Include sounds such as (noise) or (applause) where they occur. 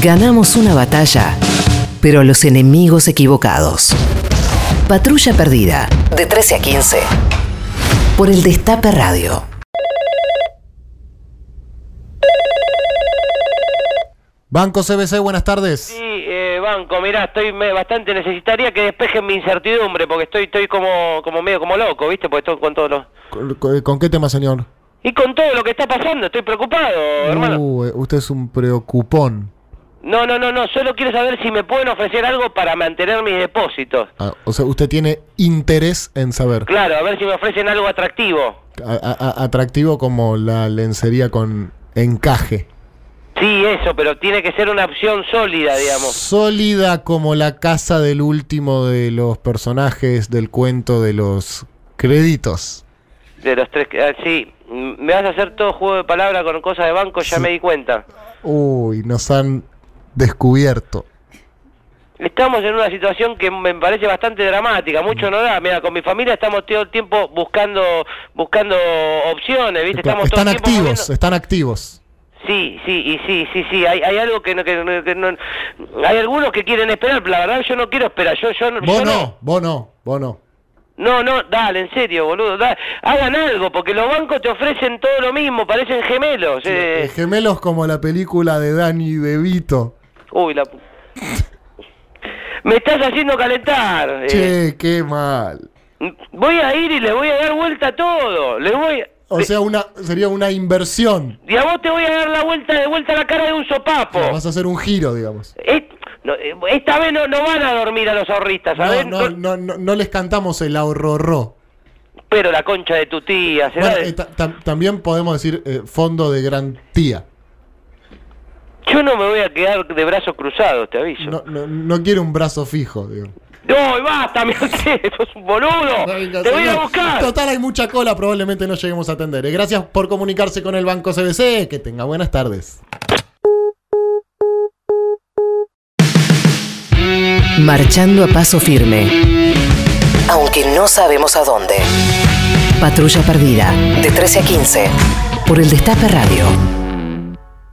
Ganamos una batalla, pero a los enemigos equivocados. Patrulla perdida, de 13 a 15. Por el Destape Radio. Banco CBC, buenas tardes. Sí, eh, banco, mirá, estoy me- bastante, necesitaría que despejen mi incertidumbre, porque estoy estoy como como medio como loco, ¿viste? Porque estoy con todo lo... ¿Con, con- con qué tema, señor? Y con todo lo que está pasando, estoy preocupado, hermano. Uh, eh, usted es un preocupón. No, no, no, no, solo quiero saber si me pueden ofrecer algo para mantener mis depósitos. Ah, o sea, usted tiene interés en saber. Claro, a ver si me ofrecen algo atractivo. A- a- a- atractivo como la lencería con encaje. Sí, eso, pero tiene que ser una opción sólida, digamos. Sólida como la casa del último de los personajes del cuento de los créditos. De los tres... que- ah, sí, m- me vas a hacer todo juego de palabra con cosas de banco, ya Sí. me di cuenta. Uy, nos han descubierto. Estamos en una situación que me parece bastante dramática, mucho no da. Mira, con mi familia estamos todo el tiempo buscando buscando opciones, ¿viste? Claro, Estamos están todo el tiempo activos, eh. moviendo- están activos. Sí, sí, y sí, sí, sí, hay, hay algo que no, que no- que no- hay algunos que quieren esperar, pero la verdad yo no quiero esperar, yo yo, no- Vos yo no, vos no, vos no. no, no, dale, en serio, boludo, da- hagan algo porque los bancos te ofrecen todo lo mismo, parecen gemelos. eh. Eh, Gemelos como la película de Danny DeVito. Uy, (laughs) la pu- Me estás haciendo calentar. eh. Che, qué mal. Voy a ir y les voy a dar vuelta a todo. Les voy a- O sea, una, sería una inversión. Y a vos te voy a dar la vuelta de vuelta a la cara de un sopapo. Vas a hacer un giro, digamos. Et- no, eh, esta vez no, no van a dormir a los ahorristas, No, ¿sabes? no, no, no, no les cantamos el ahorrorro. Pero la concha de tu tía, ¿será Bueno, de- eh, ta- ta- también podemos decir eh, fondo de garantía. Yo no me voy a quedar de brazos cruzados, te aviso. No, No, no, no quiero un brazo fijo, digo. y basta, (laughs) mira usted, sos un boludo. Venga, Oh, te voy a señor. buscar. Total, hay mucha cola, probablemente no lleguemos a atender. eh. Gracias por comunicarse con el Banco CBC. Que tenga buenas tardes. Marchando a paso firme. Aunque no sabemos a dónde. Patrulla perdida, de 13 a 15. Por el Destape Radio.